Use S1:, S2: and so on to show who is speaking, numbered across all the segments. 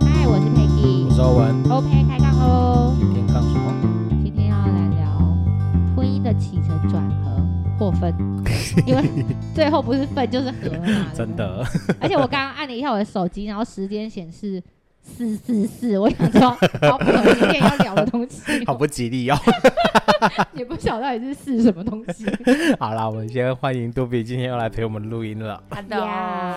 S1: 嗨，我是
S2: 我
S1: Peggy。
S2: 是欧文，
S1: OK，开杠喽！
S2: 今天干什么？
S1: 今天要来聊婚姻的起承转合或 分，因为最后不是分就是合嘛。
S2: 真
S1: 对
S2: 的，
S1: 不对。而且我刚刚按了一下我的手机，然后时间显示四四四，我想说好不容易今天要聊的东西，
S2: 好不吉利哦。
S1: 也不晓得到底是四什么东 西。
S2: 好啦，我们先欢迎杜比，今天又来陪我们录音了。
S3: Hello，
S1: Yeah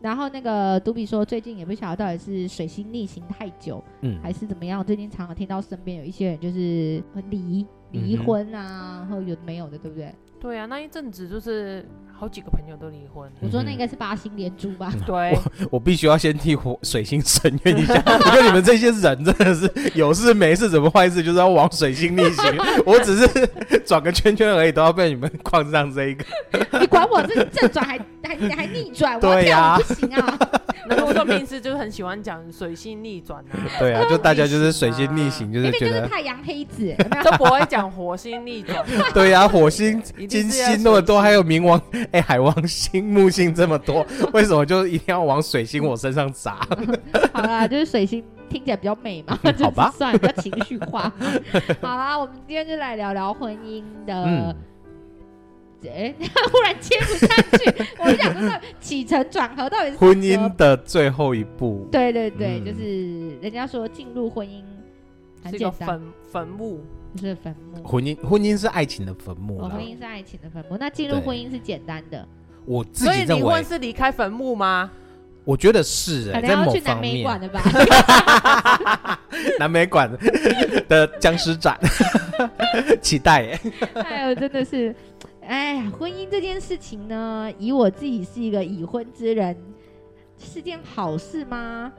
S1: 然后那个杜比说，最近也不晓得到底是水星逆行太久，
S2: 嗯，
S1: 还是怎么样？最近常常听到身边有一些人就是呃离离
S2: 嗯哼
S1: 婚啊，或有的没有的，对不对？
S3: 对啊，那一阵子就是好几个朋友都离婚。
S1: 我说那
S2: 嗯哼
S1: 应该是八星连珠吧。
S3: 对，
S2: 嗯 我必须要先替火水星申冤一下。 我觉得你们这些人真的是有事没事，怎么坏事就是要往水星逆 行。我只是 转个圈圈而已，都要被你们框上这一个。
S1: 你管我这是正转还还还逆转，我要
S2: 对呀
S1: 跳舞不行 啊！
S3: 然后我说平时就是很喜欢讲水星逆转 啊，
S2: 对 啊，就大家就是水星逆
S3: 哎
S2: 行，就
S1: 明明
S2: 是
S1: 就
S2: 觉
S1: 是
S2: 得
S1: 太阳黑子， 有没有
S3: 都不会讲火星逆转。啊
S2: 对呀、火星
S3: 一、定
S2: 金
S3: 是要
S2: 星那么多，
S3: 水星
S2: 还有冥王、 哎、海王星、木星这么多，为什么就一定要往水星我身上砸？
S1: 好啦，就是水星听起来比较美 嘛，就是
S2: 嗯好吧
S1: 算了比较情绪 化。好啦，我们今天就来聊聊婚姻的。
S2: 嗯，
S1: 哎、忽然接不上去，我想说起承转合到底是
S2: 婚姻的最后一步，
S1: 对对对，
S2: 嗯
S1: 就是人家说进入婚姻很
S3: 是一
S1: 简
S3: 个
S1: 单，
S3: 坟坟墓，
S1: 就是坟墓。
S2: 婚姻婚姻是爱情的坟墓
S1: 我
S2: 啦
S1: 哦婚。姻是爱情的坟墓，那进入
S2: 对
S1: 婚姻是简单的，
S2: 我自
S3: 所
S2: 己
S3: 以
S2: 认
S3: 离婚
S2: 为，
S3: 是离开坟墓吗？
S2: 我觉得是
S1: 可
S2: 哎、
S1: 能
S2: 在
S1: 要
S2: 某
S1: 去南
S2: 方
S1: 美馆
S2: 面，
S1: 的吧？
S2: 南美馆的僵尸展， 期待、哎
S1: 哎呦，真的是，哎呀，婚姻这件事情呢，以我自己是一个已婚之人，是件好事吗？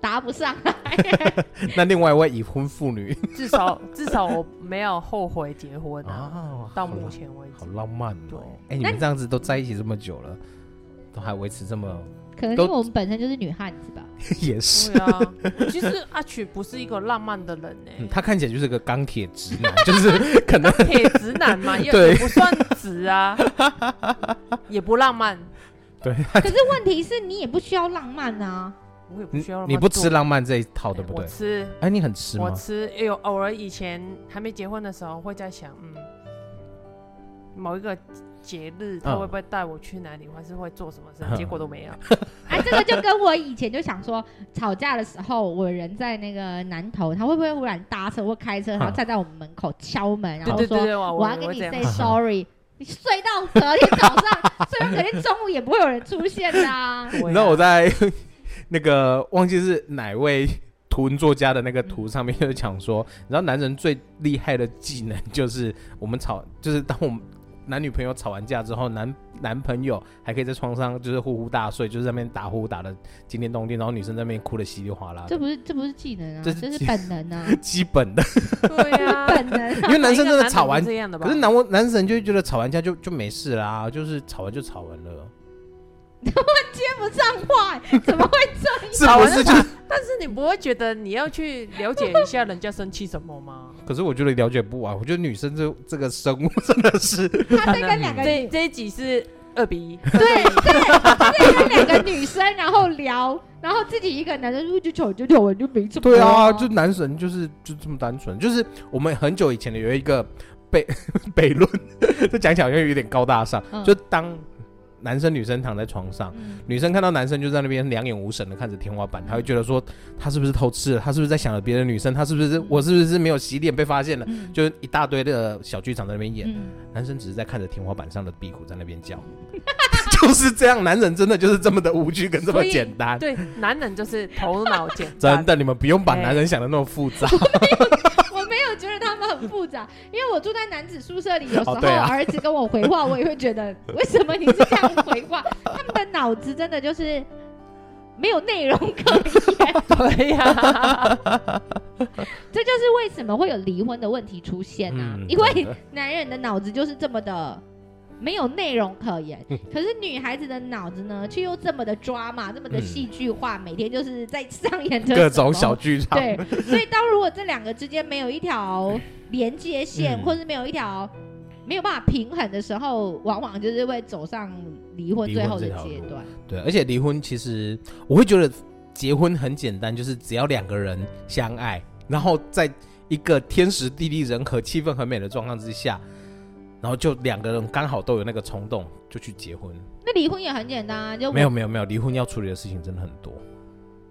S1: 答不上啊来，
S2: 那另外一位已婚妇女
S3: 至少 至少我没有后悔结婚啊，
S2: 啊，
S3: 到目前为
S2: 好
S3: 止。
S2: 浪漫
S3: 对
S2: 哦、哎、你们这样子都在一起这么久了，都还维持这么，
S1: 可能因
S2: 都
S1: 为我们本身就是女汉子吧。
S2: 也是。
S3: 对 啊，其实阿曲不是一个浪漫的人
S2: 嗯，
S3: 哎，
S2: 他看起来就是个钢铁直男，就是可能
S3: 铁直男嘛，也
S2: 对
S3: 也不算直啊，也不浪漫，
S2: 对，
S1: 可是问题是你也不需要浪漫啊，
S3: 我也不
S2: 你
S3: 需要浪漫
S2: 你不吃
S3: 做
S2: 浪漫这一套，对
S3: 哎
S2: 不对
S3: 我？吃，
S2: 哎，你很吃
S3: 我
S2: 吗？
S3: 吃，有偶尔以前还没结婚的时候会在想，嗯，某一个节日他
S2: 嗯
S3: 会不会带我去哪里，还是会做什么 事
S2: 嗯，
S3: 结果都 没有。
S1: 哎，这个就跟我以前就想说，吵架的时候，我人在那个南头，他会不会忽然搭车或开车，然后
S2: 嗯
S1: 站在我们门口敲门，然后
S3: 对啊对
S1: 说
S3: 对对，我
S1: 我要
S3: 也
S1: 跟
S3: 会
S1: 你
S3: 这样
S1: say sorry。你睡到隔天早上，睡到隔天中午也不会有人出现的啊。
S3: 对啊
S2: 你 知道我在那个忘记是哪位图文作家的那个
S3: 嗯
S2: 图上面就讲说，你知道男人最厉害的技能就是我们吵，就是当我们男女朋友吵完架之后，男男朋友还可以在床上就是呼呼大睡，就是在那边打呼打的惊天动地，然后女生在那边哭的稀里哗啦的，
S1: 这不是这不是技能啊，这
S2: 这是
S1: 是
S2: 技
S1: 本能啊，
S2: 基本 的。
S3: 对呀、
S1: 本能
S2: 因
S1: 啊。
S2: 为男生真的吵完
S3: 应该男人是这样的吧？
S2: 可是男我男神就会觉得吵完架就就没事啦，就是吵完就吵完了，
S1: 接不上话，怎么会？
S2: 是不是？就是
S3: 但是你不会觉得你要去了解一下人家生气什么 吗？
S2: 可是我觉得了解不完，我觉得女生这这个生物真的是，
S1: 他在跟两个
S3: 这
S1: 女，
S3: 这一集是二 比一，
S1: 对对，他在跟两个女生，然后聊，然后自己一个男生就吵就吵完就没什么了。
S2: 对啊，就男神就是就这么单纯，就是我们很久以前的有一个悖 悖论，这讲起来好像有点高大上，
S1: 嗯
S2: 就当男生女生躺在床上。
S1: 嗯
S2: 女生看到男生就在那边两眼无神的看着天花板，她会觉得说他是不是偷吃了？他是不是在想着别的女生？他是不是我是不是没有洗脸被发现了？
S1: 嗯
S2: 就是一大堆的小剧场在那边演。
S1: 嗯
S2: 男生只是在看着天花板上的壁虎在那边叫，就是这样。男人真的就是这么的无趣跟这么
S3: 所以
S2: 简单，
S3: 对，男人就是头脑简单，
S2: 真的，你们不用把
S3: 哎
S2: 男人想的那么复杂。
S1: 我没有觉得他们很复杂，因为我住在男子宿舍里，有时候
S2: 哦对啊
S1: 儿子跟我回话，我也会觉得为什么你是这样回 话？他们的脑子真的就是没有内容可 言，
S3: 对呀、
S1: 这就是为什么会有离婚的问题出现啊！
S2: 嗯
S1: 因为
S2: 真的
S1: 男人的脑子就是这么的。没有内容可言，
S2: 嗯
S1: 可是女孩子的脑子呢，却又这么的抓嘛，这么的
S2: 嗯
S1: 戏剧化，每天就是在上演着
S2: 各
S1: 什么
S2: 种小剧场，
S1: 对，所以当如果这两个之间没有一条连接线，
S2: 嗯
S1: 或是没有一条没有办法平衡的时候，往往就是会走上离婚
S2: 离
S1: 最
S2: 婚
S1: 后的
S2: 这条
S1: 阶
S2: 路
S1: 段。
S2: 对，而且离婚其实我会觉得结婚很简单，就是只要两个人相爱，然后在一个天时地利人和、气氛很美的状况之下，然后就两个人刚好都有那个冲动，就去结婚。
S1: 那离婚也很简单啊，就我
S2: 没有，没有没有，离婚要处理的事情真的很多。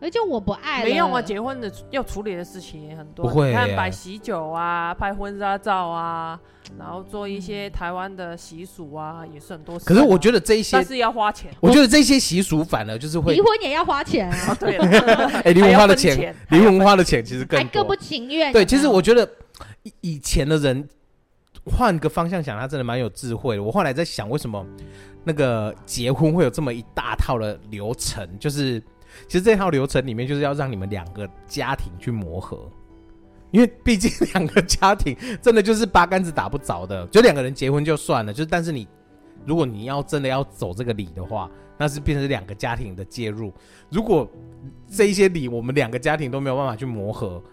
S1: 而且我不爱了
S3: 没用啊，结婚的要处理的事情也很多，啊
S2: 不会
S3: 你看
S2: 耶
S3: 摆喜酒啊，拍婚纱照啊，然后做一些台湾的习俗啊，也是很多事啊。
S2: 可是我觉得这一些
S3: 但，是要花钱。
S2: 我觉得这些习俗反而就是会
S1: 离，婚也要花钱啊，
S3: 哦对了，
S2: 哎，离婚花的
S3: 还要分
S2: 钱，离婚花的钱其实
S1: 还
S2: 更
S1: 更
S2: 多
S1: 不。情愿。
S2: 对，其实我觉得以以前的人换个方向想，他真的蛮有智慧的。我后来在想，为什么那个结婚会有这么一大套的流程？就是其实这套流程里面，就是要让你们两个家庭去磨合。因为毕竟两个家庭真的就是八竿子打不着的，就两个人结婚就算了，就是但是你如果你要真的要走这个礼的话，那是变成两个家庭的介入。如果这一些礼我们两个家庭都没有办法去磨合，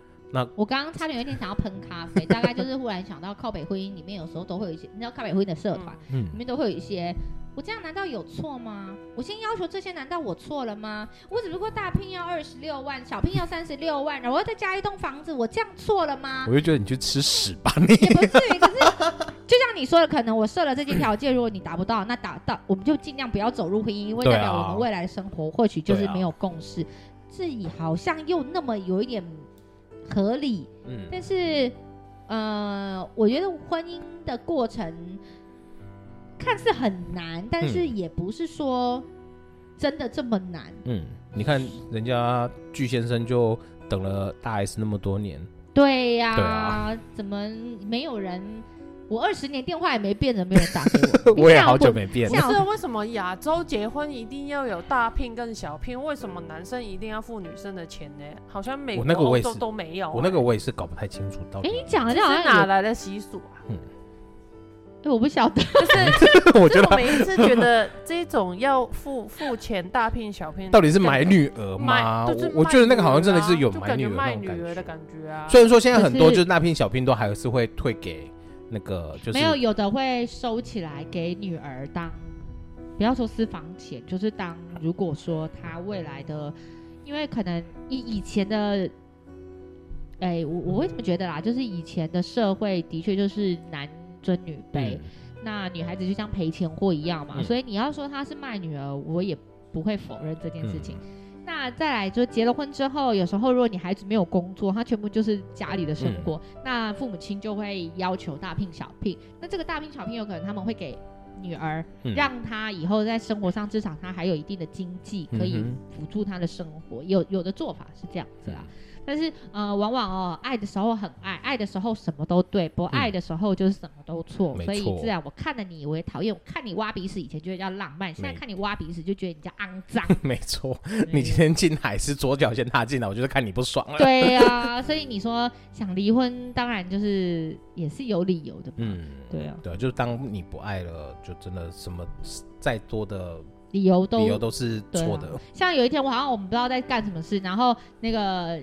S1: 我刚刚差点有点想要喷咖啡，大概就是忽然想到靠北婚姻里面有时候都会有一些，你知道靠北婚姻的社团、
S2: 嗯
S1: 里面都会有一些，我这样难道有错吗？我先要求这些难道我错了吗？我只不过大聘要二十六万，小聘要三十六万，然后再加一栋房子，我这样错了吗？
S2: 我就觉得你去吃屎吧你！
S1: 也不至于，可是就像你说的，可能我设了这些条件，如果你达不到，那达到我们就尽量不要走入婚姻，因为
S2: 对啊
S1: 代表我们未来的生活或许就是
S2: 对啊
S1: 没有共识。这也好像又那么有一点合理，
S2: 嗯，
S1: 但是呃，我觉得婚姻的过程看似很难，但是也不是说真的这么难。
S2: 嗯，你看人家巨先生就等了大 S 那么多 年，
S1: 对呀、
S2: 对啊
S1: 怎么没有人？我二十年电话也没变，怎么没有人打给我？ 啊
S2: 我也好久
S1: 没。
S2: 没变
S3: 啊不
S1: 像
S2: 了。
S3: 是为啊什么亚洲结婚一定要有大聘跟小聘？为什么男生一定要付女生的钱呢？好像美
S2: 我那个
S3: 国、
S2: 我
S3: 欧
S2: 也是
S3: 洲都没有啊、
S2: 我那个我也是搞不太清楚到
S1: 哎、
S2: 底，
S1: 你讲的
S3: 这
S1: 这好
S3: 是哪
S1: 像有，
S3: 来的习俗 啊？
S1: 哎，我不晓得，
S3: 就是
S2: 我觉
S3: 就是我
S2: 得
S3: 每一次觉得这种要付付钱大聘小聘，
S2: 到底是买女儿吗？
S3: 卖
S2: 我
S3: 就是卖
S2: 我觉得那个好像真的是有
S3: 女儿啊
S2: 买女儿
S3: 就
S2: 那种
S3: 感觉卖女儿的
S2: 感觉。
S3: 感觉啊。
S2: 虽然说现在很多
S1: 可
S2: 就是是那片小拼都还是会退给那个，就是
S1: 没有有的会收起来给女儿当，不要说私房钱，就是当如果说她未来的，因为可能以以前的，哎，我我会这么觉得啦，就是以前的社会的确就是男尊女卑，
S2: 嗯
S1: 那女孩子就像赔钱货一样嘛，
S2: 嗯
S1: 所以你要说她是卖女儿，我也不会否认这件事情。那再来就结了婚之后，有时候如果你孩子没有工作，他全部就是家里的生活，那父母亲就会要求大聘小聘。那这个大聘小聘有可能他们会给女儿，
S2: 嗯
S1: 让她以后在生活上至少她还有一定的经济，可以
S2: 嗯
S1: 辅助她的生活。有有的做法是这样子
S2: 啊
S1: 啦，但是呃，往往哦，爱的时候很爱，爱的时候什么都对，不爱的时候就是什么都错。
S2: 没
S1: 所以
S2: 错
S1: 自然我看了你，我也讨厌；我看你挖鼻屎，以前觉得叫浪漫，现在
S2: 没
S1: 看你挖鼻屎就觉得你叫肮脏。
S2: 哼没错， 你今天进来是左脚先踏进来，我就是看你不爽了。
S1: 对呀、所以你说想离婚，当然就是也是有理由的嘛。
S2: 嗯，
S1: 对啊，
S2: 对，就是当你不爱了，就真的什么再多的
S1: 理由都
S2: 理由都是
S1: 对啊
S2: 错的。
S1: 像有一天，我好像我们不知道在干什么事，然后那个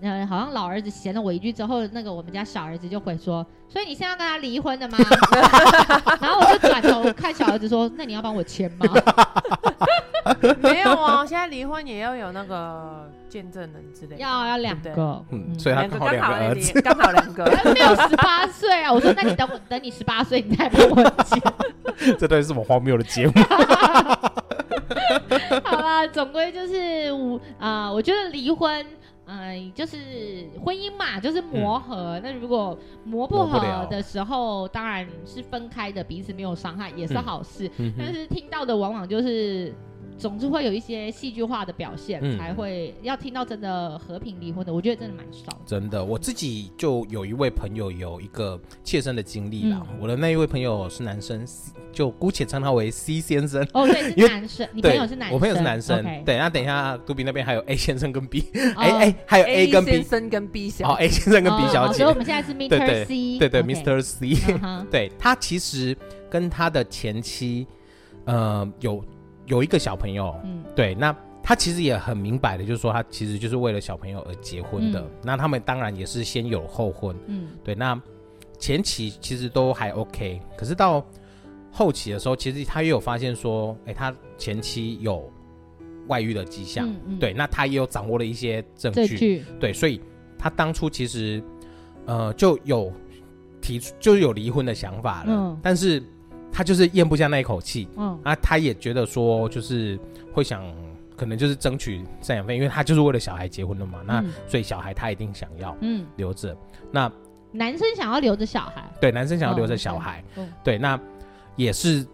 S1: 呃，好像老儿子嫌了我一句之后，那个我们家小儿子就回说：“所以你现在要跟他离婚的吗？” 然后我就转头看小儿子说：“那你要帮我签吗
S3: 没有啊，现在离婚也要有那个见证人之类？”的，
S1: 要要两
S3: 对不
S1: 个，
S2: 嗯，所以他
S3: 两
S2: 刚
S3: 个
S2: 好两个
S3: 刚好
S2: 儿子。
S3: 两，刚好 两个。
S1: 没有十八岁啊！我说：“那你等我，等你十八岁，你再帮我签。
S2: 这段是我荒谬的节目。”
S1: 好啦，总归就是我啊、我觉得离婚。嗯、就是婚姻嘛，就是磨合。那如果磨不
S2: 嗯磨不
S1: 合
S2: 了
S1: 的时候，当然是分开的，彼此没有伤害也是
S2: 嗯
S1: 好事。
S2: 嗯
S1: 但
S2: 哼
S1: 是听到的往往就是，总是会有一些戏剧化的表现，
S2: 嗯
S1: 才会要听到真的和平离婚的，我觉得真的蛮少的。
S2: 真的，我自己就有一位朋友有一个切身的经历啦。
S1: 嗯
S2: 我的那一位朋友是男生，就姑且称他为 C 先生。
S1: 哦，对，
S2: 因
S1: 是
S2: 为
S1: 男生，你
S2: 对
S1: 朋友是男生，
S2: 我朋友是男生。
S1: OK，
S2: 对，那等一下，杜比那边还有 A 先生跟 B，
S1: 哦
S2: 哎哎，还有 A 跟
S3: 先
S2: B，
S3: 生跟 B
S2: 哦
S3: 小姐，
S2: ，A 先生跟 B
S1: 哦
S2: 小
S1: 好
S2: 姐
S1: 所以我，们现在是 Mr.
S2: 对对
S1: C，
S2: 对对
S1: OK
S2: ，Mr. C，
S1: 嗯哼
S2: 对他其实跟他的前妻，呃，有有一个小朋友，
S1: 嗯
S2: 对，那他其实也很明白的，就是说他其实就是为了小朋友而结婚的。
S1: 嗯
S2: 那他们当然也是先有后婚，
S1: 嗯
S2: 对。那前期其实都还 OK，可是到后期的时候，其实他也有发现说，哎、他前妻有外遇的迹象，
S1: 嗯嗯
S2: 对，那他也有掌握了一些证
S1: 这
S2: 据，
S1: 句
S2: 对，所以他当初其实呃就有提出就有离婚的想法了，
S1: 嗯
S2: 但是他就是咽不下那一口气，
S1: 嗯
S2: 啊，他也觉得说就是会想，可能就是争取赡养费，因为他就是为了小孩结婚的嘛，那、
S1: 嗯
S2: 所以小孩他一定想要
S1: 嗯，
S2: 留着。那
S1: 男生想要留着小孩，
S2: 对男生想要留着小孩，
S1: 嗯
S2: 对，那也是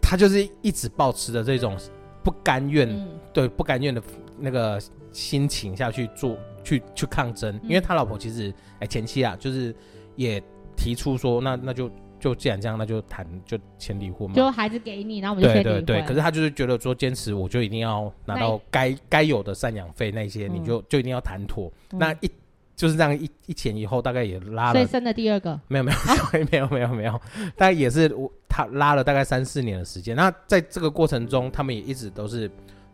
S2: 他就是一直保持着这种不甘愿，
S1: 嗯
S2: 对不甘愿的那个心情下去做去去抗争，
S1: 嗯
S2: 因为他老婆其实哎、前妻啊，就是也提出说，那那就就既然这样，那就谈就签离婚
S1: 嗯
S2: 嘛，
S1: 就孩子给你，然后我们就
S2: 对
S1: 先离
S2: 对
S1: 婚。
S2: 对，可是他就是觉得说坚持，我就一定要拿到该该有的赡养费那些，
S1: 嗯
S2: 你就就一定要谈妥。
S1: 嗯
S2: 那一就是这样一一前一后，大概也拉
S1: 所以
S2: 了
S1: 生了第二个，
S2: 没有没有没有没有没有，大概也是我他拉了大概三四年的时间。那在这个过程中，他们也一直都是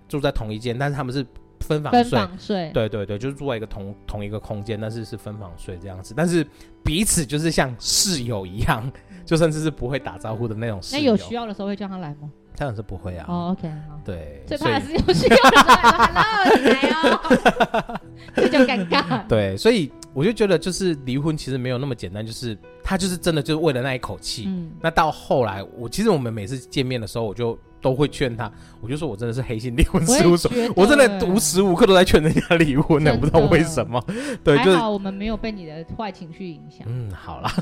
S2: 住在同一间，但是他们是分房
S1: 分
S2: 睡。
S1: 房睡，
S2: 对对对，就是住在一个同同一个空间，但是是分房睡这样子，但是彼此就是像室友一样，就甚至是不会打招呼的那种室
S1: 那
S2: 友。
S1: 有需要的时候会叫他来吗？
S2: 当然是不会啊。
S1: 哦，OK，好。
S2: 对，
S1: 最
S2: 所以
S1: 怕的是有需要的时候来说 “Hello，你来哦”，这就尴 尬。
S2: 对，所以我就觉得，就是离婚其实没有那么简单，就是他就是真的就是为了那一口气。
S1: 嗯，
S2: 那到后来，我其实我们每次见面的时候，我就都会劝他，我就说我真的 是黑心离婚事务所，
S1: 也觉得
S2: 我真的无时无刻都在劝人家离婚呢，
S1: 真的
S2: 我不知道为什么。对，就
S1: 还
S2: 是
S1: 好我们没有被你的坏情绪影 响，
S2: 嗯，好啦，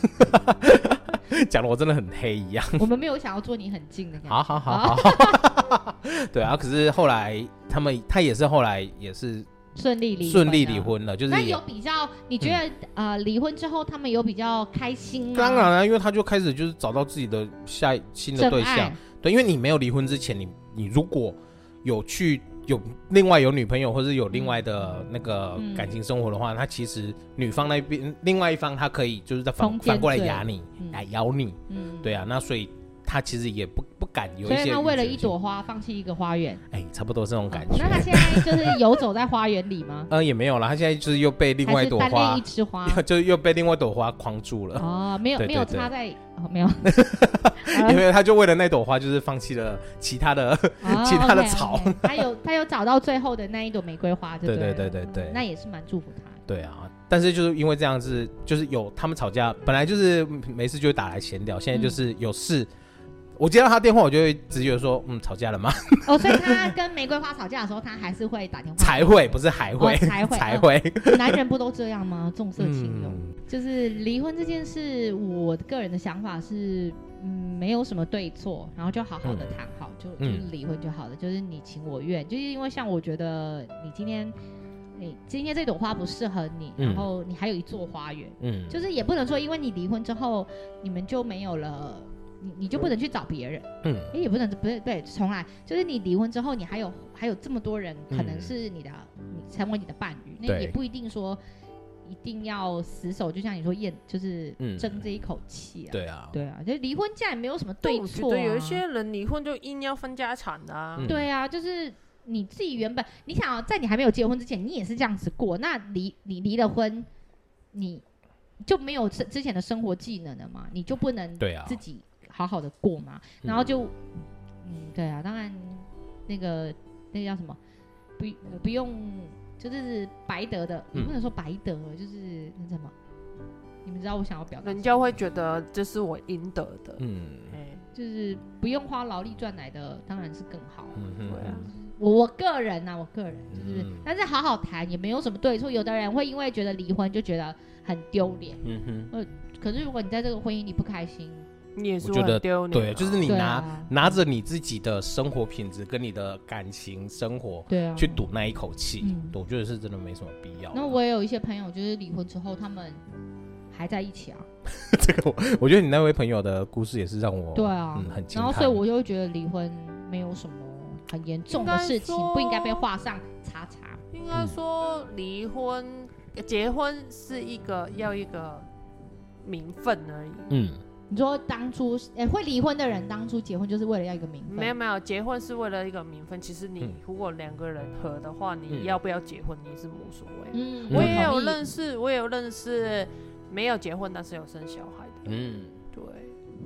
S2: 讲的我真的很黑一样。啊
S1: 我们没有想要坐你很近的感觉。
S2: 好好好好， 对啊，可是后来他们他也是后来也是
S1: 顺利离
S2: 顺利
S1: 啊
S2: 离。婚了，就是
S1: 那
S2: 也
S1: 有比较？你觉得呃，离婚之后他们有比较开心吗？
S2: 当然啊了、因为他就开始就是找到自己的下一新的
S1: 真
S2: 对象
S1: 爱，，
S2: 对，因为你没有离婚之前，你你如果有去有另外有女朋友，或是有另外的那个
S1: 嗯
S2: 感情生活的话，那其实女方那边另外一方他可以就是在
S1: 封
S2: 反
S1: 建
S2: 反过来
S1: 罪
S2: 压你，
S1: 嗯
S2: 来咬你，
S1: 嗯，
S2: 对啊，那所以他其实也不不敢有一
S1: 所
S2: 些，
S1: 以他为了一，朵花放弃一个花园，
S2: 哎，差不多这种感
S1: 哦
S2: 觉。？
S1: 那他现在就是 游走在花园里吗
S2: 呃，也没有了，他现在就是又被另
S1: 还
S2: 外
S1: 是
S2: 一朵
S1: 单恋
S2: 花
S1: 一，枝花？
S2: 就又被另外一朵花框住了。
S1: 哦，没有
S2: 对
S1: 没有
S2: 对对
S1: 插在哦没有，
S2: 因为他就为了那朵花，就是放弃了其他的其他的草。
S1: 哦他有他有找到最后的那一朵玫瑰花，就
S2: 对
S1: 对
S2: 对
S1: 了
S2: 对对对
S1: 那也是蛮祝福他的。
S2: 对啊，但是就是因为这样子，就是有他们吵架，本来就是没事就会打来闲聊，现
S1: 嗯
S2: 在就是有事，我接到他电话，我就会直觉说，嗯，吵架 了吗？
S1: 哦，所以他跟玫瑰花吵架的时候，他还是会打电话
S2: 才会，不是还会，
S1: 哦才 会
S2: 才会，
S1: 男人不都这样吗？重色轻友，
S2: 嗯，
S1: 就是离婚这件事，我个人的想法是，嗯，没有什么对错，然后就好好的谈好，就就是
S2: 嗯
S1: 离婚就好了，就是你情我愿，就是因为像我觉得你今天，你今天这朵花不适合你，
S2: 嗯
S1: 然后你还有一座花园，
S2: 嗯，
S1: 就是也不能说因为你离婚之后，你们就没有了。你你就不能去找别人，
S2: 嗯
S1: 诶也不能不对对，从来就是你离婚之后，你还有还有这么多人，可能
S2: 嗯
S1: 是你的、你成为你的伴侣，那
S2: 对
S1: 也不一定说一定要死守，就像你说咽，就是
S2: 嗯
S1: 争这一口气啊。
S2: 对啊，
S1: 对啊，就离婚竟然没有什么对
S3: 我觉
S1: 错、啊，
S3: 得有一些人离婚就硬要分家产的啊，
S2: 嗯
S1: 对啊，就是你自己原本你想、啊，在你还没有结婚之前，你也是这样子过。那离你离了婚，你就没有之之前的生活技能了嘛？你就不能
S2: 对啊
S1: 自己好好的过嘛？
S2: 嗯
S1: 然后就嗯，对啊，当然那个那个叫什么，不呃不用就是白得的，也
S2: 嗯
S1: 不能说白得，就是那什么，你们知道我想要表达
S3: 人
S1: 什
S3: 家
S1: 么
S3: 会觉得这是我应得的。
S2: 嗯
S3: 哎
S1: 就是不用花劳力赚来的，当然是更好嘛。
S2: 嗯
S3: 对啊
S2: 嗯，
S1: 我我个人呐、啊，我个人就是，
S2: 嗯
S1: 但是好好谈也没有什么对错。有的人会因为觉得离婚就觉得很丢脸，
S2: 嗯哼，
S1: 可是如果你在这个婚姻里不开心，
S3: 你也是
S2: 我觉
S3: 会
S2: 得
S3: 很丢脸啊。
S2: 对，就是你
S1: 对
S2: 拿
S1: 啊，
S2: 拿着你自己的生活品质跟你的感情生活
S1: 对啊，
S2: 去。赌那一口气
S1: 嗯，
S2: 我觉得是真的没什么必要。
S1: 那我也有一些朋友，就是离婚之后他们还在一起啊，
S2: 这个我，我觉得你那位朋友的故事也是让我
S1: 对啊
S2: 嗯，很惊
S1: 然后
S2: 叹。
S1: 所以我就会觉得离婚没有什么很严重的事情
S3: 应该，说
S1: 不应该被画上叉叉。
S3: 应该说离婚、呃结婚是一个要一个名分而已。
S2: 嗯，
S1: 你说当初诶、会离婚的人，当初结婚就是为了要一个名分，
S3: 没有没有，结婚是为了一个名分。其实你
S2: 嗯
S3: 如果两个人合的话，你
S2: 嗯
S3: 要不要结婚你是无所谓。
S1: 嗯，
S2: 嗯
S3: 我也
S1: 同
S3: 有
S1: 意
S3: 认识，我也有认识没有结婚但是有生小孩的。
S2: 嗯，
S3: 对，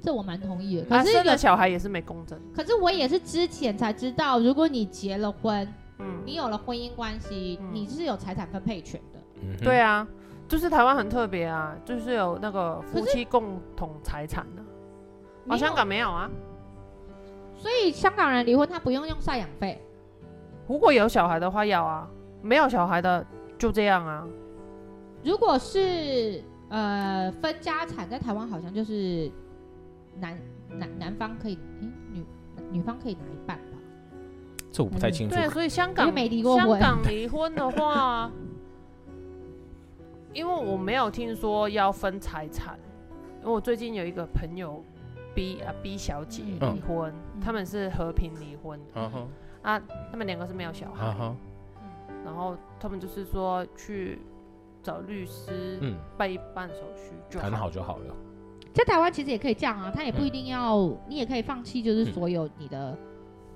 S1: 这我蛮同意的。
S3: 他
S1: 可是
S3: 生
S1: 有，
S3: 了小孩也是没公证，
S1: 可是我也是之前才知道，如果你结了婚，
S3: 嗯，
S1: 你有了婚姻关系，
S3: 嗯
S1: 你是有财产分配权的。
S2: 嗯哼
S3: 对，啊，就是台湾很特别啊，就是有那个夫妻共同财产的、
S1: 没
S3: 哦，
S1: 有
S3: 香港，没有啊。
S1: 所以香港人离婚他不用用赡养费，
S3: 如果有小孩的话要啊，没有小孩的就这样啊。
S1: 如果是呃分家产，在台湾好像就是男男男方可以，诶女女方可以拿一半吧。
S2: 这我不太清楚
S3: 对，，所以香
S1: 因
S3: 港
S1: 为没离过婚
S3: 香港离婚的话，因为我没有听说要分财产，因为我最近有一个朋友 B 啊 B 小姐
S1: 嗯
S3: 离婚，
S1: 嗯
S3: 他们是和平离婚，啊
S2: 嗯哼，
S3: 他们两个是没有小
S1: 啊
S3: 孩，
S2: 嗯哼，
S3: 然后他们就是说去找律师
S2: 嗯，
S3: 办一办手续就
S2: 谈
S3: 好
S2: 好。就好了，
S1: 在台湾其实也可以这样啊，他也不一定要，你也可以放弃，就是
S2: 嗯
S1: 所有你的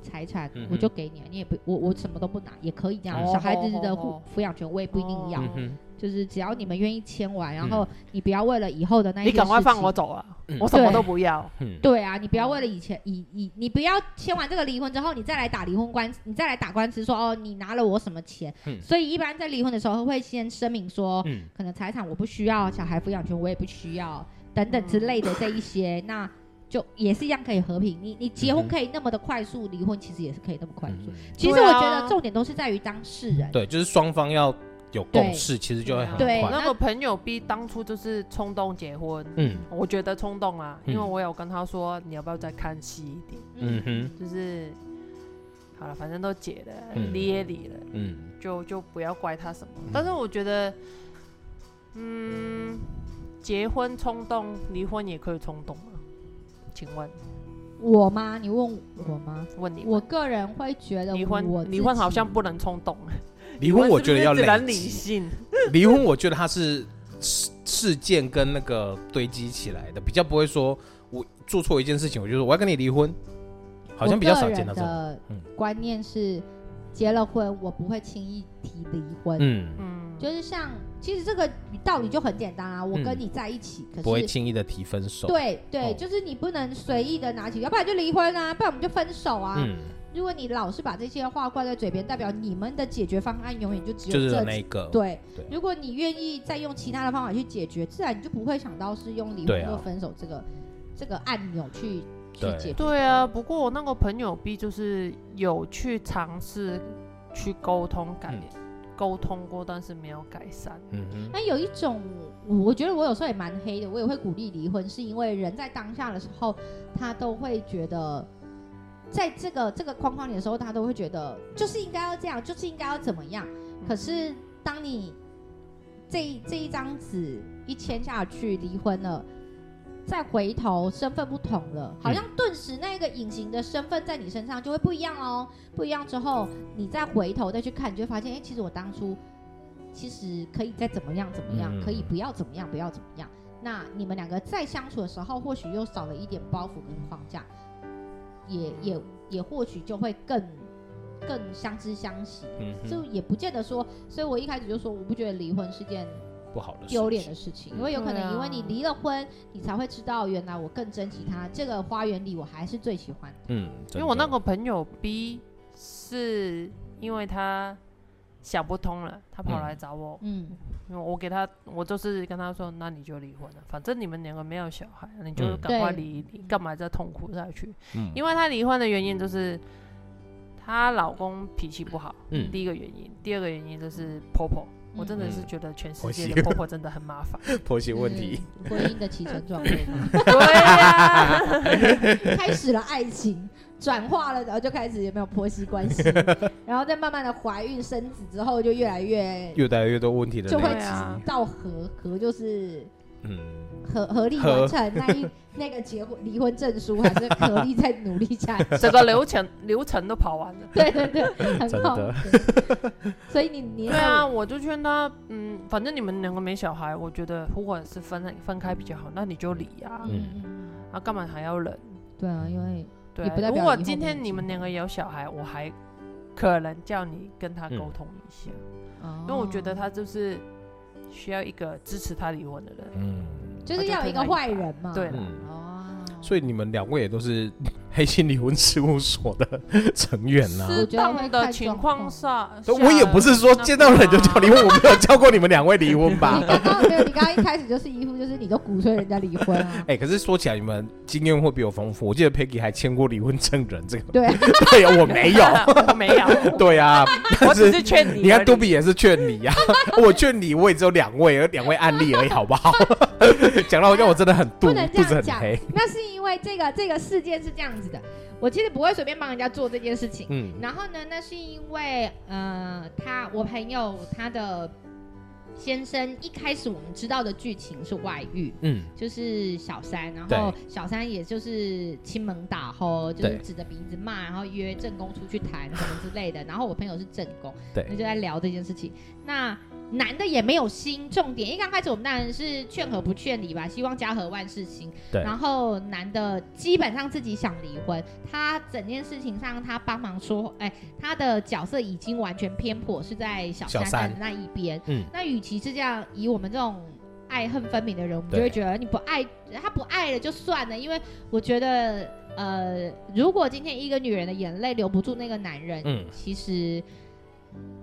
S1: 财产，
S2: 嗯哼
S1: 我就给你，你也不，我我什么都不拿，也可以这样。
S2: 嗯
S1: 小孩子的
S3: 哦
S1: 抚抚养权我也不一定要，
S3: 哦
S2: 嗯哼，
S1: 就是只要你们愿意签完，然后你不要为了以后的那一
S3: 你
S1: 些
S3: 赶快
S1: 事情
S3: 放我。走啊！
S2: 嗯
S3: 我什么
S1: 对
S3: 都不要。
S2: 嗯，
S1: 对啊，你不要为了以前以以你不要签完这个离婚之后，你再来打离婚官司，你再来打官司说哦，你拿了我什么钱？
S2: 嗯
S1: 所以一般在离婚的时候会先声明说，
S2: 嗯，
S1: 可能财产我不需要，小孩抚养权我也不需要，等等之类的这一些，那就也是一样可以和平。你你结
S2: 嗯
S1: 婚
S2: 哼
S1: 可以那么的快速，离婚其实也是可以那么快速。
S2: 嗯
S1: 其实
S3: 对
S1: 我
S3: 啊
S1: 觉得重点都是在于当事人。
S2: 对，就是双方要有共识，其实就会很
S1: 对
S2: 快，
S3: 那个朋友 B 当初就是冲动结婚，
S2: 嗯
S3: 我觉得冲动啊，因为
S2: 嗯
S3: 我有跟他说你要不要再看细一点，
S2: 嗯哼，
S3: 就是好了，反正都解了，
S2: 嗯
S3: 离也离了，
S2: 嗯
S3: 就就不要怪他什么。但是我觉得，嗯，结婚冲动，离婚也可以冲动啊。请问，
S1: 我吗？你问我吗？
S3: 问你
S1: 我个人会觉得
S3: 离
S1: 我
S3: 婚
S1: 自
S3: 离婚好像
S1: 己
S3: 不能冲动，
S2: 离婚我
S3: 是不
S2: 觉得
S3: 是
S2: 要
S3: 只能
S2: 累
S3: 理
S2: 积，
S3: 性，
S2: 离婚我觉得它是事事件跟那个堆积起来的，比较不会说我做错一件事情，我就说我要跟你离婚，好像比较少见到
S1: 我
S2: 这
S1: 个
S2: 种，
S1: 人
S2: 嗯
S1: 的观念是，结了婚我不会轻易提离婚，
S2: 嗯，
S3: 嗯，
S1: 就是像其实这个道理就很简单啊，我
S2: 嗯
S1: 跟你在一起，可
S2: 不会
S1: 是
S2: 轻易的提分手，
S1: 对对，
S2: 哦
S1: 就是你不能随意的拿起，要不然就离婚啊，不然我们就分手啊。
S2: 嗯，
S1: 如果你老是把这些话挂在嘴边，代表你们的解决方案永远就只
S2: 就
S1: 有
S2: 是有
S1: 这
S2: 那
S1: 几
S2: 一个，
S1: 对
S2: 对，
S1: 如果你愿意再用其他的方法去解决，自然你就不会想到是用离
S2: 对
S1: 婚
S2: 啊
S1: 或分手这个、这个按钮去去
S2: 对
S1: 解决。
S3: 对啊，不过我那个朋友 B 就是有去尝试去沟通改
S2: 嗯
S3: 沟、通过，但是没有改善。
S2: 嗯哼，
S1: 那有一种，我觉得我有时候也蛮黑的，我也会鼓励离婚，是因为人在当下的时候，他都会觉得，在这个这个框框里的时候，他都会觉得就是应该要这样，就是应该要怎么样。
S3: 嗯
S1: 可是当你这这一张纸一签下去，离婚了。再回头，身份不同了，好像顿时那个隐形的身份在你身上就会不一样哦。不一样之后，你再回头再去看，你就会发现，哎、其实我当初其实可以再怎么样怎么样，
S2: 嗯
S1: 可以不要怎么样，不要怎么样。那你们两个再相处的时候，或许又少了一点包袱跟框架，也也也或许就会更更相知相惜。
S2: 嗯哼，
S1: 就也不见得说，所以我一开始就说，我不觉得离婚是件
S2: 不好的事
S1: 丢脸
S2: 情
S1: 的事情，
S2: 嗯
S1: 因为有可
S3: 对啊
S1: 能因为你离了婚，你才会知道原来我更珍惜他。这个花园里，我还是最喜欢的。
S2: 嗯，
S3: 因
S2: 真
S3: 为我那
S2: 的
S3: 个朋友 B 是因为他想不通了，他
S2: 嗯
S3: 跑来找我，
S1: 嗯，
S3: 因为我给他，我就是跟他说，那你就离婚了，反正你们两个没有小孩，你就
S2: 嗯
S3: 赶快
S1: 对
S3: 离一离，干嘛再痛苦下去？
S2: 嗯
S3: 因为她离婚的原因就是她老公脾气不好，
S2: 嗯
S3: 第一个原因，第二个原因就是婆婆。我真的是
S2: 嗯
S3: 觉得全世
S2: 婆
S3: 界
S2: 媳
S3: 的婆婆真的很麻 烦。
S2: 婆媳问题，
S3: 嗯
S1: 就是婚姻的起承转合 嘛，
S3: 对啊呀、
S1: 开始了爱情，转化了，然后就开始有没有婆媳关 系，然后再慢慢的怀孕生子之后，就越来
S3: 嗯
S1: 越
S2: 越来越多问题的
S1: 就
S2: 累
S1: 会
S3: 对
S2: 积
S3: 啊
S1: 到和和就是
S2: 嗯，
S1: 合合力
S2: 合
S1: 完成那一那个结婚离婚证书，还是合力在努力下去。
S3: 整个流程流程都跑完了。
S1: 对对对，很
S2: 真
S1: 恐
S2: 的
S1: 怖所以你你
S3: 对啊，我就劝他，嗯，反正你们两个没小孩，我觉得如果是分分开比较好，那你就离呀、啊，
S1: 嗯嗯嗯，
S3: 啊，干嘛还要忍？
S1: 对啊，因为
S3: 对
S1: 也
S3: 啊，
S1: 不代
S3: 如
S1: 表
S3: 果
S1: 以后
S3: 今
S1: 没有
S3: 天你们两个有小孩，我还可能叫你跟他沟通一
S1: 哦
S3: 下，因为我觉得他就是需要一个支持他离婚的人。
S2: 嗯，
S1: 就是要有一个坏人嘛。
S3: 对
S2: 嗯，
S4: 哦，
S2: 所以你们两位也都是 黑心离婚事务所的成员呐、
S3: 适当的情况下，
S2: 所以我也不是说见到人就叫离
S3: 婚，
S2: 婚，我没有教过你们两位离婚吧。
S1: 你？刚刚没有，你刚刚一开始就是一副就是你都鼓吹人家离婚啊
S2: 哎、可是说起来，你们经验会比我丰富。我记得 Peggy 还签过离婚证人，这个
S1: 对，
S2: 对呀、我没有。
S3: 我没有，
S2: 对 啊，
S3: 我
S2: 但
S3: 只
S2: 是
S3: 是劝你而已。
S2: 你看杜比也是劝你呀、 我劝你，我也只有两位，而两位案例而已，好不 好？讲到好像我真的很
S1: 不
S2: 肚
S1: 能这
S2: 肚子
S1: 样
S2: 很
S1: 讲
S2: 黑。，
S1: 那是因为这个这个事件是这样子的，我其实不会随便帮人家做这件事情。
S2: 嗯
S1: 然后呢，那是因为呃，他我朋友他的先生一开始我们知道的剧情是外遇，
S2: 嗯，
S1: 就是小三，然后小三也就是亲门打吼，就是
S2: 对
S1: 指着鼻子骂，然后约正宫出去谈什么之类 的。然后我朋友是正宫，
S2: 对
S1: 那就在聊这件事情。那男的也没有心，重点，因为刚开始我们当然是劝和不劝离吧，希望家和万事兴。
S2: 对
S1: 然后男的基本上自己想离婚，他整件事情上他帮忙说，哎，他的角色已经完全偏颇，是在小
S2: 小
S1: 三站
S2: 三
S1: 的那一边。
S2: 嗯
S1: 那与其是这样，以我们这种爱恨分明的人，我们就
S2: 对
S1: 会觉得你不爱他不爱了就算了，因为我觉得呃，如果今天一个女人的眼泪留不住那个男人，
S2: 嗯
S1: 其实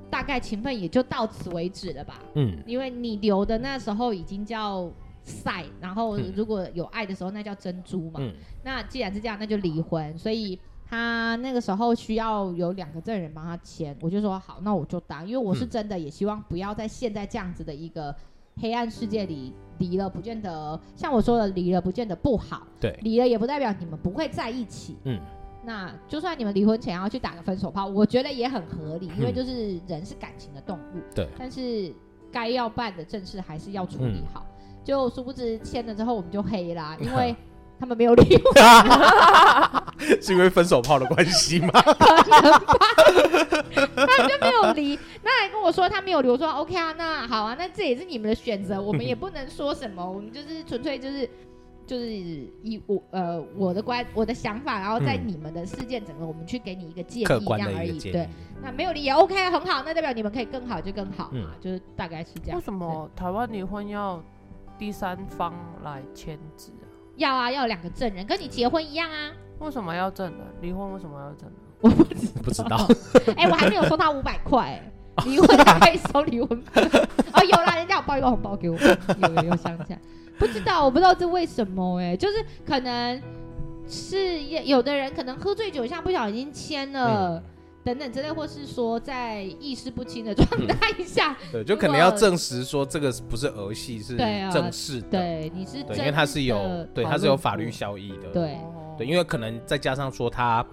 S1: 大概情分也就到此为止了吧，
S2: 嗯，
S1: 因为你留的那时候已经叫。晒，然后
S2: 嗯
S1: 如果有爱的时候，那叫珍珠嘛。
S2: 嗯
S1: 那既然是这样，那就离婚。所以他那个时候需要有两个证人帮他签，我就说好，那我就当，因为我是
S2: 嗯
S1: 真的也希望不要在现在这样子的一个黑暗世界里离了，不见得像我说的离了不见得不好，
S2: 对，
S1: 离了也不代表你们不会在一起。
S2: 嗯，
S1: 那就算你们离婚前要去打个分手炮，我觉得也很合理，因为
S2: 嗯
S1: 就是人是感情的动物。
S2: 对
S1: 但是该要办的正事还是要处理好。就殊不知签了之后我们就黑啦，因 为他们没有离婚。
S2: 是因为分手炮的关系吗？
S1: 没有离，那还跟我说他没有离，我说 OK 啊，那好啊，那这也是你们的选 择，我们也不能说什么，我们就是纯粹就是就是以我呃我的观我的想法，然后在
S2: 嗯
S1: 你们的事件整个我们去给你一个 建议
S2: 客
S1: 这
S2: 观
S1: 样
S2: 的
S1: 而
S2: 一
S1: 已
S2: 个，建
S1: 对
S2: 议。。
S1: 那没有离也 OK，啊很好，那代表你们可以更好就更好嘛，
S2: 嗯
S1: 就是大概是这样
S3: 为。什么台湾离婚要第三方来签字啊？
S1: 要啊，要有两个证人，跟你结婚一样啊。
S3: 为什么要证人？离婚为什么要证人？
S1: 我不知
S2: 不知 道，
S1: 哎、我还没有收到五百块，哎离婚才可以收离婚费。 哦，有啦，人家有包一个红包给我，有有有想起来，不知道，我不知道这为什么、哎，就是可能是也有的人可能喝醉酒一下不小心签了。
S2: 嗯
S1: 等等之类，或是说在意识不清的状
S2: 嗯
S1: 态下，
S2: 对，就可能要证实说这个不是儿戏，是
S1: 对啊
S2: 正式的，
S1: 对你是
S2: 对，
S1: 真
S2: 因为它是有
S1: 的
S2: 对
S1: 讨
S2: 它是有
S1: 论
S2: 法律
S1: 过
S2: 效益的，
S1: 对
S3: 哦
S2: 对，因为可能再加上说他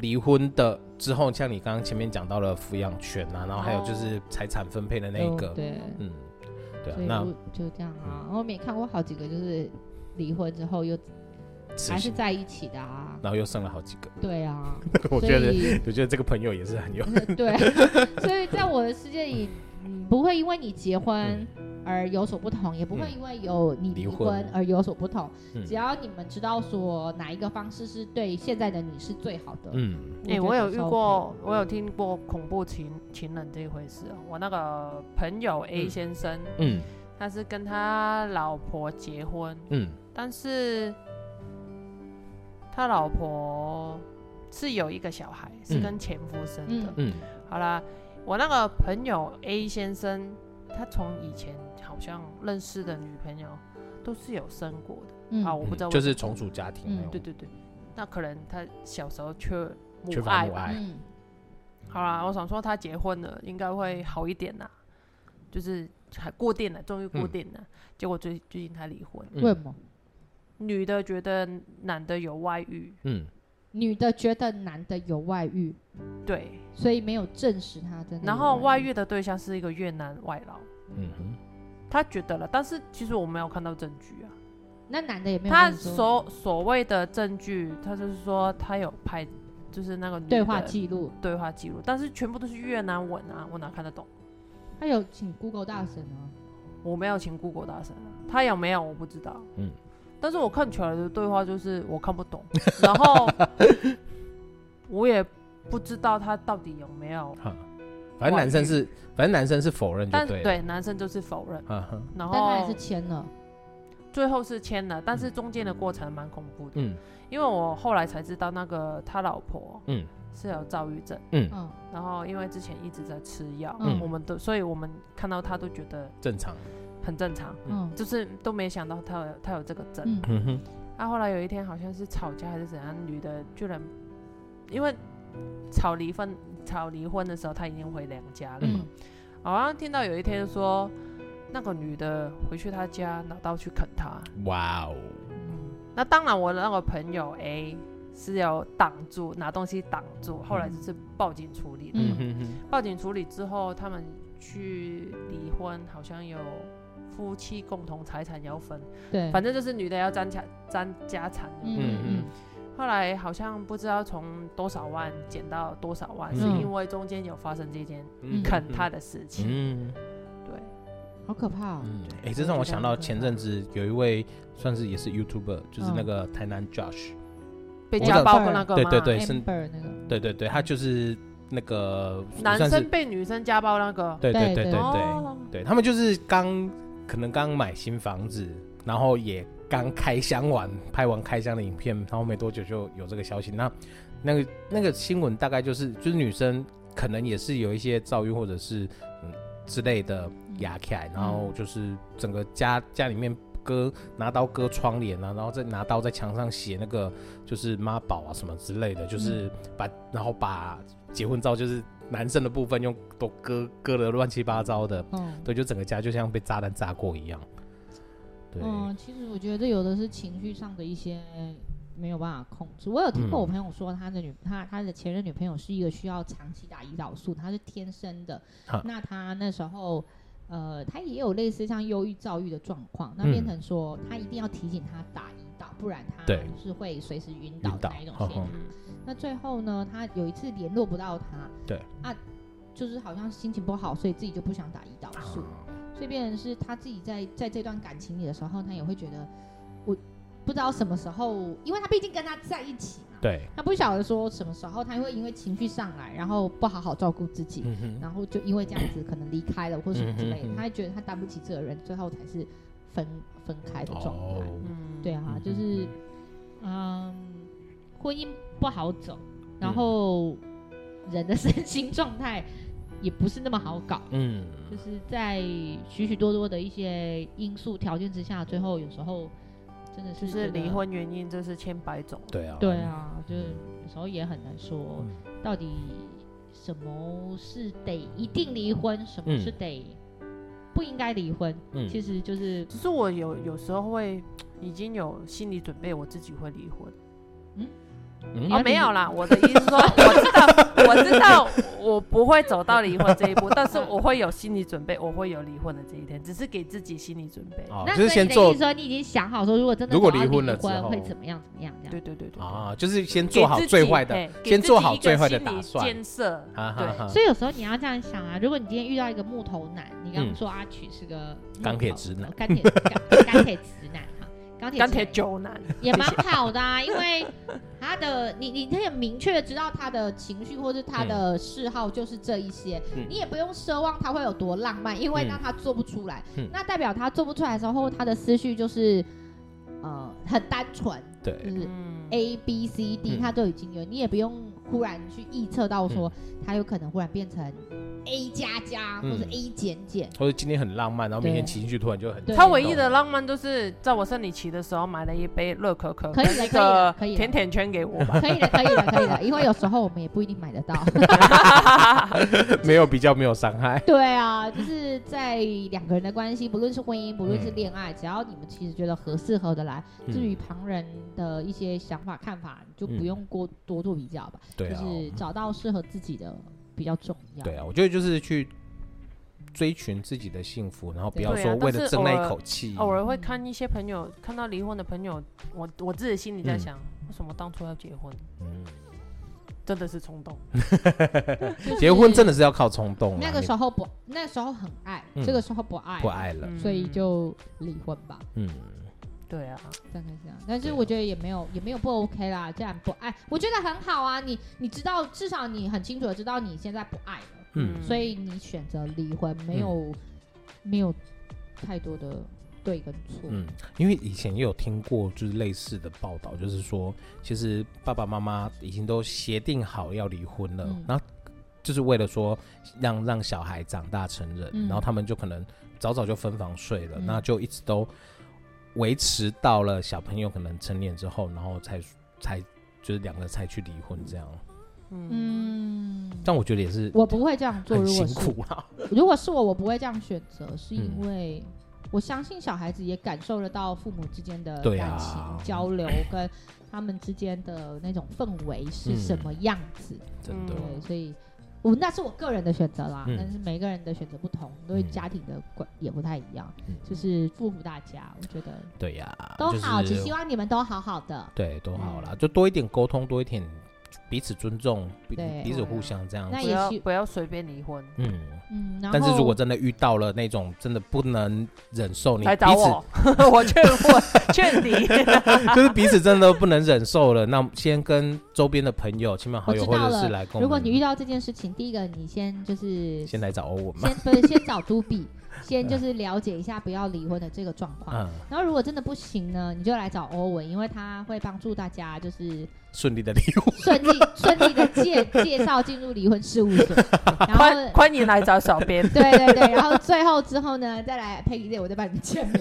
S2: 离婚的之后，像你刚刚前面讲到了抚养权啊，然后还有就是财产分配的那一个，
S1: 哦对，
S2: 嗯，对啊
S1: 所，以
S2: 那嗯
S1: 我就这样啊。我们也看过好几个，就是离婚之后又
S2: 持
S1: 还是
S2: 续，
S1: 在一起的啊。
S2: 然后又剩了好几个，
S1: 对啊，
S2: 我
S1: 所
S2: 觉得
S1: 以
S2: 我觉得这个朋友也是 很有，
S1: 对，所以在我的世界里，嗯，不会因为你结婚而有所不同，也不会
S2: 嗯
S1: 因为有你
S2: 离
S1: 离
S2: 婚
S1: 婚而有所不同。
S2: 嗯
S1: 只要你们知道说哪一个方式是对现在的你是最好的，
S2: 嗯
S3: 哎、
S1: 觉得
S3: 我有
S1: 是
S3: 遇
S1: OK
S3: 过，我有听过恐怖情情人这一回事哦。我那个朋友 A
S2: 嗯
S3: 先生，
S2: 嗯
S3: 他是跟他老婆结婚，
S2: 嗯
S3: 但是他老婆是有一个小孩，是
S2: 嗯
S3: 跟前夫生的。
S2: 嗯
S3: 好啦，我那个朋友 A 先生，他从以前好像认识的女朋友都是有生过的、
S1: 嗯
S3: 啊，我不知道
S2: 嗯
S3: 为
S2: 就
S3: 什
S2: 是
S3: 么
S2: 重组家庭
S1: 嗯
S2: 那种，
S3: 对对对，那可能他小时候缺母
S2: 缺乏
S3: 爱
S2: 母
S3: 吧。
S2: 爱，
S1: 嗯
S3: 好啦，我想说他结婚了，应该会好一点啦，就是还过电了，终于过
S2: 嗯
S3: 电了。结果最最近他离婚，
S2: 嗯
S1: 为什么？
S3: 女的觉得男的有外遇，
S2: 嗯，
S1: 女的觉得男的有外遇，
S3: 对，
S1: 所以没有证实他真的有。
S3: 然后外
S1: 遇，
S3: 遇的对象是一个越南外劳，
S2: 嗯哼，
S3: 他觉得了，但是其实我没有看到证据啊。
S1: 那男的也没有
S3: 他
S1: 跟你说
S3: 所所谓的证据，他就是说他有拍，就是那个女
S1: 对话
S3: 的
S1: 记录，
S3: 对话记录，但是全部都是越南文啊，我哪看得懂？
S1: 他有哎请 Google 大神啊。
S3: 我没有请 Google 大神啊，他有没有我不知道。
S2: 嗯
S3: 嗯，但是我看起来的对话就是我看不懂， 然后我也不知道他到底有没有，
S2: 哈，反正男生是反正男生是否认就
S3: 但
S2: 对了，
S3: 对男生就是否认，
S2: 嗯哼，
S3: 然
S1: 但他还嗯
S3: 后
S1: 是签了，
S3: 最后是签了，但是中间的过程蛮恐怖的，
S2: 嗯
S3: 因为我后来才知道那个他老婆
S2: 嗯
S3: 是有躁郁症，
S2: 嗯，
S1: 嗯，
S3: 然后因为之前一直在吃药，
S1: 嗯
S3: 我们都所以我们看到他都觉得
S2: 正常，
S3: 很正常，
S1: 嗯
S3: 就是都没想到他有他有这个症。
S1: 嗯
S2: 嗯哼，
S3: 啊，后来有一天好像是吵架还是怎样，女的居然因为吵离婚，吵离婚的时候她已经回娘家了嘛，
S1: 嗯
S3: 好像听到有一天说那个女的回去她家拿刀去啃她，
S2: 哇哦，
S3: 那当然我的那个朋友 A 是要挡住拿东西挡住，后来就是报警处理的，
S1: 嗯
S2: 嗯哼哼，
S3: 报警处理之后他们去离婚，好像有。夫妻共同财产要分，
S1: 对，
S3: 反正就是女的要沾家沾家产，
S1: 嗯
S2: 嗯嗯
S3: 后来好像不知道从多少万减到多少万，
S2: 嗯
S3: 是因为中间有发生这件
S2: 嗯
S3: 啃他，的事情。
S2: 嗯
S3: 对，
S1: 好可怕哦，
S2: 嗯，哎，这让我想到前阵子有一位算是也是 YouTuber，就是
S3: 嗯
S2: 那个台南 Josh，
S3: 被
S2: 我
S3: 家
S2: 找
S3: 暴跟那个
S2: 对
S3: 吗
S2: 对对，是，
S1: ，amber 那个，
S2: 对对对，他就是那个
S3: 男
S2: 算是
S3: 生被女生家暴那个，
S2: 对
S1: 对
S2: 对对
S1: 对
S2: 对对
S3: 哦
S2: 对，他们就是刚可能刚买新房子，然后也刚开箱完，拍完开箱的影片，然后没多久就有这个消息。那那个那个新闻大概就是就是女生可能也是有一些遭遇或者是嗯之类的
S1: 嗯
S2: 压起来，然后就是整个家家里面。割拿刀割窗帘啊，然后再拿刀在墙上写那个就是妈宝啊什么之类的，就是把、然后把结婚照就是男生的部分用都割割的乱七八糟的，
S1: 嗯
S2: 对，就整个家就像被炸弹炸过一样。对，
S1: 嗯，其实我觉得有的是情绪上的一些没有办法控制。我有听过
S2: 嗯
S1: 我朋友说，他的女他他的前任女朋友是一个需要长期打胰岛素，她是天生的
S2: 哈。
S1: 那她那时候。呃，她也有类似像忧郁、躁郁的状况，那
S2: 嗯
S1: 变成说她一定要提醒她打胰岛，不然她
S2: 对
S1: 是会随时晕
S2: 晕
S1: 倒的
S2: 倒
S1: 那一种
S2: 呵
S1: 现象
S2: 呵。
S3: 嗯
S1: 那最后呢，她有一次联络不到他，
S2: 对
S1: 啊，就是好像心情不好，所以自己就不想打胰
S2: 啊
S1: 岛素。所以变成是他自己在在这段感情里的时候，他也会觉得我不知道什么时候，因为他毕竟跟他在一起嘛，
S2: 对，
S1: 他不晓得说什么时候他会因为情绪上来，然后不好好照顾自己，
S2: 嗯哼，
S1: 然后就因为这样子可能离开了或什么之类
S2: 嗯哼
S1: 的，
S2: 哼
S1: 他会觉得他担不起责任，最后才是分分开的状
S2: 哦
S1: 态。，
S3: 嗯，
S1: 对啊
S2: 嗯，
S1: 就是
S5: 嗯，婚姻不好走，
S2: 嗯
S5: 然后人的身心状态也不是那么好搞，
S2: 嗯，
S5: 就是在许许多多的一些因素条件之下，最后有时候真的
S3: 就是是
S5: 觉得
S2: 啊
S3: 离。婚嗯原因就是千百种。
S2: 对啊，
S5: 对，啊，就是有时候也很难说
S2: 嗯
S5: 到底什么是得一定离婚，什么
S2: 嗯
S5: 是得不应该离婚。
S2: 嗯，
S5: 其实就是
S3: 只是我有有时候会已经有心理准备，我自己会离婚。
S2: 嗯
S3: 哦，没 有啦，我的意思是说，我知道，我知道，我不会走到离婚这一步，但是我会有心理准备，我会有离婚的这一天，只是给自己心理准备。
S2: 哦，
S5: 那
S2: 就
S5: 所
S2: 是
S5: 以
S2: 先
S5: 你的
S2: 做
S5: 意思说你已经想好说，如果真的
S2: 如果
S5: 走到
S2: 离
S5: 离
S2: 婚了之后
S5: 会怎么样怎么样这样。
S3: 对对对对，
S2: 啊，就是先
S3: 对
S2: 做好最坏，的，
S3: 给自己嘿
S2: 先做好
S3: 给自己
S2: 最
S3: 一个
S2: 坏的
S3: 心
S2: 打
S3: 理
S2: 算啊
S3: 建设，
S2: 哈哈哈，
S5: 所以有时候你要这样想啊，如果你今天遇到一个木头男，你刚
S2: 嗯
S5: 刚说阿曲是个木头
S2: 钢铁直男
S5: 哦钢铁钢钢铁直男哈，钢铁
S3: 钢铁
S5: 直男
S3: 九男，
S5: 也蛮好的啊，
S1: 因为他的你你可以明确的知道他的情绪或是他的嗜好就是这一些，
S2: 嗯
S1: 你也不用奢望他会有多浪漫，因为
S2: 嗯
S1: 那他做不出来，
S2: 嗯
S1: 那代表他做不出来的时候，他的思绪就是呃很单纯，就
S2: 对，
S1: 是
S3: 嗯，
S1: A B C D，、
S2: 哎嗯
S1: 它都已经有，你也不用忽然去预测到说它有可能忽然变成 A 加加或
S2: 嗯
S1: 者 A 减减。
S2: 或者今天很浪漫，然后明天情绪突然就很
S1: 对
S3: 他唯一的浪漫就是在我生理期的时候买了一杯热可可，
S1: 可以了
S3: 跟一
S1: 可以
S3: 个
S1: 了
S2: 啊
S1: 可以了
S3: 甜甜圈给我吧。
S1: 可以的，可以的，可以的，因为有时候我们也不一定买得到。
S2: 没有比较没有伤害，
S1: 对啊，就是在两个人的关系，不论是婚姻，不论是恋爱，只要你们其实觉得合适合得来，
S2: 嗯
S1: 至于旁人的一些想法看法，你就不用过多做比较吧，
S2: 对
S1: 就
S2: 啊，
S1: 是找到适合自己的比较重要。
S2: 对啊，我觉得就是去追寻自己的幸福，然后不要
S3: 对啊
S2: 说为了
S3: 但是
S2: 争那
S3: 偶尔
S2: 一口气，
S3: 偶尔会看一些朋友看到离婚的朋友，我我自己心里在
S2: 嗯
S3: 想，为什么当初要结婚？
S2: 嗯
S3: 真的是冲动。
S2: 结婚真的是要靠冲动啊，
S1: 那个时
S2: 候
S1: 候不，那时候很爱，
S2: 嗯
S1: 这个时候不爱，
S2: 不爱了，
S3: 嗯
S1: 所以就离婚吧，
S2: 嗯，
S3: 对啊，
S1: 大概是这样。但
S2: 啊
S1: 是我觉得也没有也没有不 OK 啦，既然不爱，我觉得很好啊。你你知道，至少你很清楚的知道你现在不爱了，
S2: 嗯
S1: 所以你选择离婚，没有、没有太多的对跟错。
S2: 嗯，因为以前也有听过就是类似的报道，就是说其实爸爸妈妈已经都协定好要离婚了，
S1: 嗯
S2: 然后就是为了说让让小孩长大成人，
S1: 嗯
S2: 然后他们就可能早早就分房睡了，
S1: 嗯
S2: 那就一直都维持到了小朋友可能成年之后，然后才才就是两个才去离婚这样。
S3: 嗯，
S1: 嗯，
S2: 但我觉得也是
S1: 我不会这样做。
S2: 很
S1: 如果
S2: 辛
S1: 是
S2: 苦啦。
S1: 如果是我，我不会这样选择，是因
S2: 嗯
S1: 为我相信小孩子也感受得到父母之间的
S2: 对
S1: 感
S2: 啊
S1: 情、交流跟他们之间的那种氛围是什么样子。
S2: 真的。
S1: 对，所以我那是我个人的选择啦，
S2: 嗯
S1: 但是每个人的选择不同，对
S2: 嗯
S1: 家庭的管也不太一样，
S2: 嗯
S1: 就是祝福大家，我觉得
S2: 对呀、
S1: 都
S2: 就是
S1: 好，只希望你们都好好的。
S2: 对，都好
S1: 嗯
S2: 啦，就多一点沟通，多一点彼此尊重，彼
S1: 对
S2: 彼此
S3: 对
S2: 互
S3: 啊
S2: 相这样
S1: 那
S2: 子。
S3: 不
S1: 也
S3: 要
S1: 许
S3: 不要随便离婚，
S2: 嗯，
S1: 嗯，然后
S2: 但是如果真的遇到了那种真的不能忍受，你
S3: 来
S2: 彼
S3: 找我， 我劝我 劝离，
S2: 此 就是彼此真的不能忍受了，那先跟周边的朋友、亲朋好友
S1: 我
S2: 或
S1: 知道
S2: 者是
S1: 了
S2: 来跟我们，
S1: 如果你遇到这件事情，第一个你先就是
S2: 先来找欧文嘛，
S1: 先不是先找都 比，先就是了解一下不要离婚的这个状况。
S2: 嗯，
S1: 然后如果真的不行呢，你就来找欧文，因为他会帮助大家就是
S2: 顺利的礼物，
S1: 顺利
S2: 啊
S1: 顺利的介介绍进入离婚事务 所，然后。，
S3: 欢欢迎来找小编
S1: 对对对，然后最后之后呢，再来配一 y 我再帮你们签 名。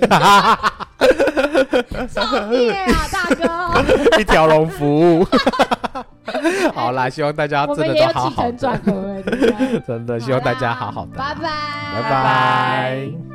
S1: 创业啊，大哥，
S2: 一条龙服务。 好啦，希望大家
S1: 我
S2: 真
S1: 们
S2: 的
S1: 也
S2: 都
S1: 有
S2: 好
S1: 起
S2: 好
S1: 承
S2: 的，
S1: 转合，对不对
S2: 真的希望大家好好的，
S1: 好啦拜拜，
S2: 拜拜。